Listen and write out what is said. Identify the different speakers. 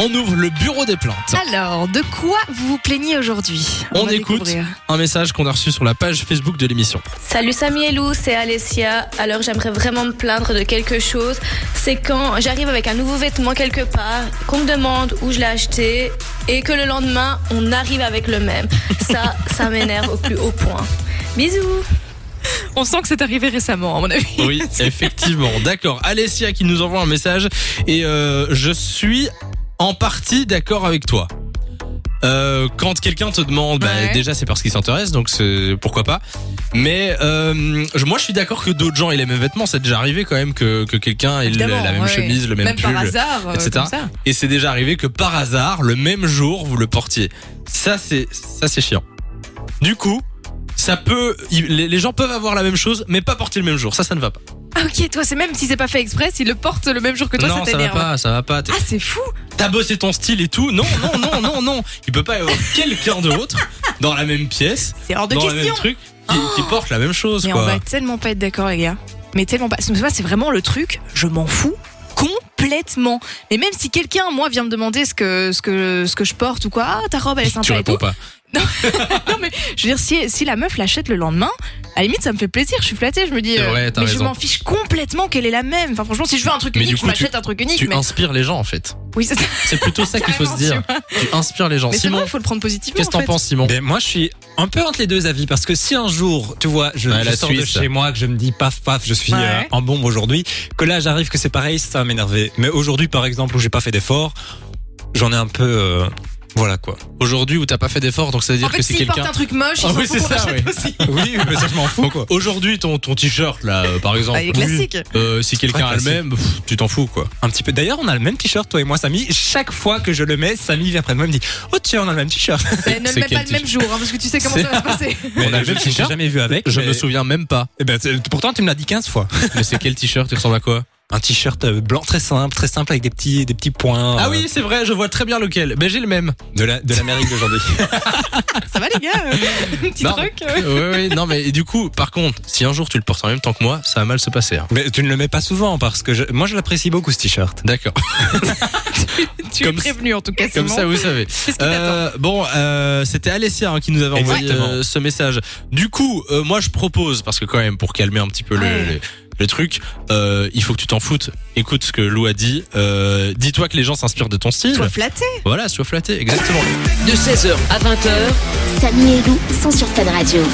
Speaker 1: On ouvre le bureau des plaintes.
Speaker 2: Alors, de quoi vous vous plaignez aujourd'hui
Speaker 1: On
Speaker 2: va
Speaker 1: écoute.
Speaker 2: découvrir.
Speaker 1: Un message qu'on a reçu sur la page Facebook de l'émission.
Speaker 3: Salut Samy et Lou, c'est Alessia. Alors j'aimerais vraiment me plaindre de quelque chose. C'est quand j'arrive avec un nouveau vêtement quelque part, qu'on me demande où je l'ai acheté et que le lendemain on arrive avec le même. Ça, ça m'énerve au plus haut point. Bisous
Speaker 2: On sent que c'est arrivé récemment, à mon avis.
Speaker 1: Oui, effectivement. D'accord. Alessia qui nous envoie un message et euh, je suis en partie d'accord avec toi. Euh, quand quelqu'un te demande, bah,
Speaker 2: Ouais.
Speaker 1: déjà c'est parce qu'il s'intéresse, donc c'est pourquoi pas. Mais euh, je- moi je suis d'accord que d'autres gens aient les mêmes vêtements. C'est déjà arrivé quand même que, que quelqu'un ait le-
Speaker 2: Évidemment,
Speaker 1: la même
Speaker 2: ouais.
Speaker 1: chemise, le même, pull.
Speaker 2: par hasard, euh,
Speaker 1: etc.
Speaker 2: comme ça.
Speaker 1: Et c'est déjà arrivé que par hasard, le même jour, vous le portiez. Ça, c'est, ça, c'est chiant. Du coup, ça peut, il- les les gens peuvent avoir la même chose, mais pas porter le même jour. Ça, ça ne va pas.
Speaker 2: Ah, ok, toi, c'est même si c'est pas fait exprès, s'il le porte le même jour que toi,
Speaker 1: non,
Speaker 2: ça
Speaker 1: ça va
Speaker 2: t'énerve.
Speaker 1: pas, ça va pas. T'es-
Speaker 2: Ah, c'est fou
Speaker 1: T'as bossé ton style et tout. Non, non, non, non, non. Il peut pas y avoir quelqu'un d'autre dans la même pièce,
Speaker 2: C'est hors de
Speaker 1: dans le même
Speaker 2: question
Speaker 1: truc, qui, qui porte la même chose,
Speaker 2: Mais on
Speaker 1: quoi.
Speaker 2: va tellement pas être d'accord, les gars. Mais tellement pas. Parce que moi, c'est vraiment le truc, je m'en fous complètement. Mais même si quelqu'un, moi, vient me demander ce que, ce que, ce que je porte ou quoi, ah, ta robe, elle est
Speaker 1: tu
Speaker 2: sympa et
Speaker 1: réponds
Speaker 2: tout.
Speaker 1: pas.
Speaker 2: Je veux dire, si, si la meuf l'achète le lendemain, à la limite, ça me fait plaisir, je suis flattée, je me dis, euh,
Speaker 1: C'est vrai, t'as
Speaker 2: mais je
Speaker 1: raison.
Speaker 2: m'en fiche complètement qu'elle est la même. Enfin, franchement, si je veux un truc
Speaker 1: Mais du
Speaker 2: unique,
Speaker 1: coup,
Speaker 2: je m'achète un truc unique.
Speaker 1: Tu
Speaker 2: mais...
Speaker 1: inspires les gens, en fait.
Speaker 2: Oui, c'est ça.
Speaker 1: C'est plutôt ça qu'il faut se
Speaker 2: Carrément, tu
Speaker 1: dire. Tu inspires les gens.
Speaker 2: Mais c'est
Speaker 1: Simon,
Speaker 2: vrai, faut le prendre positivement.
Speaker 1: qu'est-ce que
Speaker 2: en
Speaker 1: t'en
Speaker 2: fait.
Speaker 1: penses, Simon
Speaker 4: Ben, moi, je suis un peu entre les deux avis parce que si un jour, tu vois, je,
Speaker 1: Ouais,
Speaker 4: je
Speaker 1: la
Speaker 4: sors
Speaker 1: Suisse.
Speaker 4: de chez moi, que je me dis paf paf, je suis
Speaker 2: Ouais.
Speaker 4: euh, en bombe aujourd'hui, que là j'arrive que c'est pareil, ça va m'énerver. Mais aujourd'hui, par exemple, où j'ai pas fait d'effort, j'en ai un peu, euh, voilà quoi.
Speaker 1: Aujourd'hui où t'as pas fait d'effort, donc ça veut dire
Speaker 2: En fait,
Speaker 1: que c'est
Speaker 2: s'il porte
Speaker 1: quelqu'un.
Speaker 2: un truc moche,
Speaker 1: Ah
Speaker 2: il
Speaker 1: oui,
Speaker 2: s'en
Speaker 1: c'est
Speaker 2: fout qu'on
Speaker 1: ça,
Speaker 2: l'achète
Speaker 1: oui.
Speaker 2: aussi.
Speaker 4: Oui, mais ça je m'en fous quoi.
Speaker 1: Aujourd'hui, ton, ton t-shirt, là, euh, par exemple,
Speaker 2: Bah, il est classique.
Speaker 1: euh, si quelqu'un a le
Speaker 4: classique.
Speaker 1: même, pff, tu t'en fous, quoi.
Speaker 4: Un petit peu. D'ailleurs, on a le même t-shirt toi et moi, Samy. Chaque fois que je le mets, Samy vient près de moi et me dit, oh tiens, on a le même t-shirt.
Speaker 2: Mais ne
Speaker 1: C'est
Speaker 2: le mets
Speaker 1: quel
Speaker 2: pas le même
Speaker 1: t-shirt
Speaker 2: jour, hein, parce que tu sais comment ça va se passer.
Speaker 1: On a le
Speaker 4: je-
Speaker 1: même
Speaker 4: je t'ai
Speaker 1: t-shirt
Speaker 4: jamais vu avec.
Speaker 1: Je
Speaker 4: mais-
Speaker 1: me souviens même pas.
Speaker 4: Eh ben, c'est- pourtant, tu me l'as dit 15 fois.
Speaker 1: Mais c'est quel t-shirt Il ressemble à quoi
Speaker 4: Un t-shirt euh, blanc très simple, très simple avec des petits, des petits points.
Speaker 1: Ah
Speaker 4: euh,
Speaker 1: oui, c'est vrai, je vois très bien lequel. Ben, j'ai le même.
Speaker 4: De la, de l'Amérique d'aujourd'hui.
Speaker 2: Ça va les gars Un petit
Speaker 1: Non.
Speaker 2: truc euh,
Speaker 1: oui, oui, non, mais et du coup, par contre, si un jour tu le portes en même temps que moi, ça va mal se passer. hein.
Speaker 4: Mais tu ne le mets pas souvent parce que je- moi je l'apprécie beaucoup ce t-shirt.
Speaker 1: D'accord.
Speaker 2: Ah, Tu
Speaker 1: Comme-
Speaker 2: es prévenu en tout cas,
Speaker 1: Comme
Speaker 2: Simon.
Speaker 1: ça, vous savez.
Speaker 2: Qu'est-ce qui t'attend
Speaker 1: Euh, bon, euh, c'était Alessia hein, qui nous avait envoyé
Speaker 4: Exactement.
Speaker 1: euh, ce message. Du coup, euh, moi je propose, parce que quand même, pour calmer un petit peu le,
Speaker 2: Ouais.
Speaker 1: le, le truc, euh, il faut que tu t'en foutes. Écoute ce que Lou a dit. Euh, Dis-toi que les gens s'inspirent de ton style.
Speaker 2: Sois flatté.
Speaker 1: Voilà, sois flatté, exactement.
Speaker 5: De 16h à 20h,
Speaker 6: Samy et Lou sont sur Fan Radio.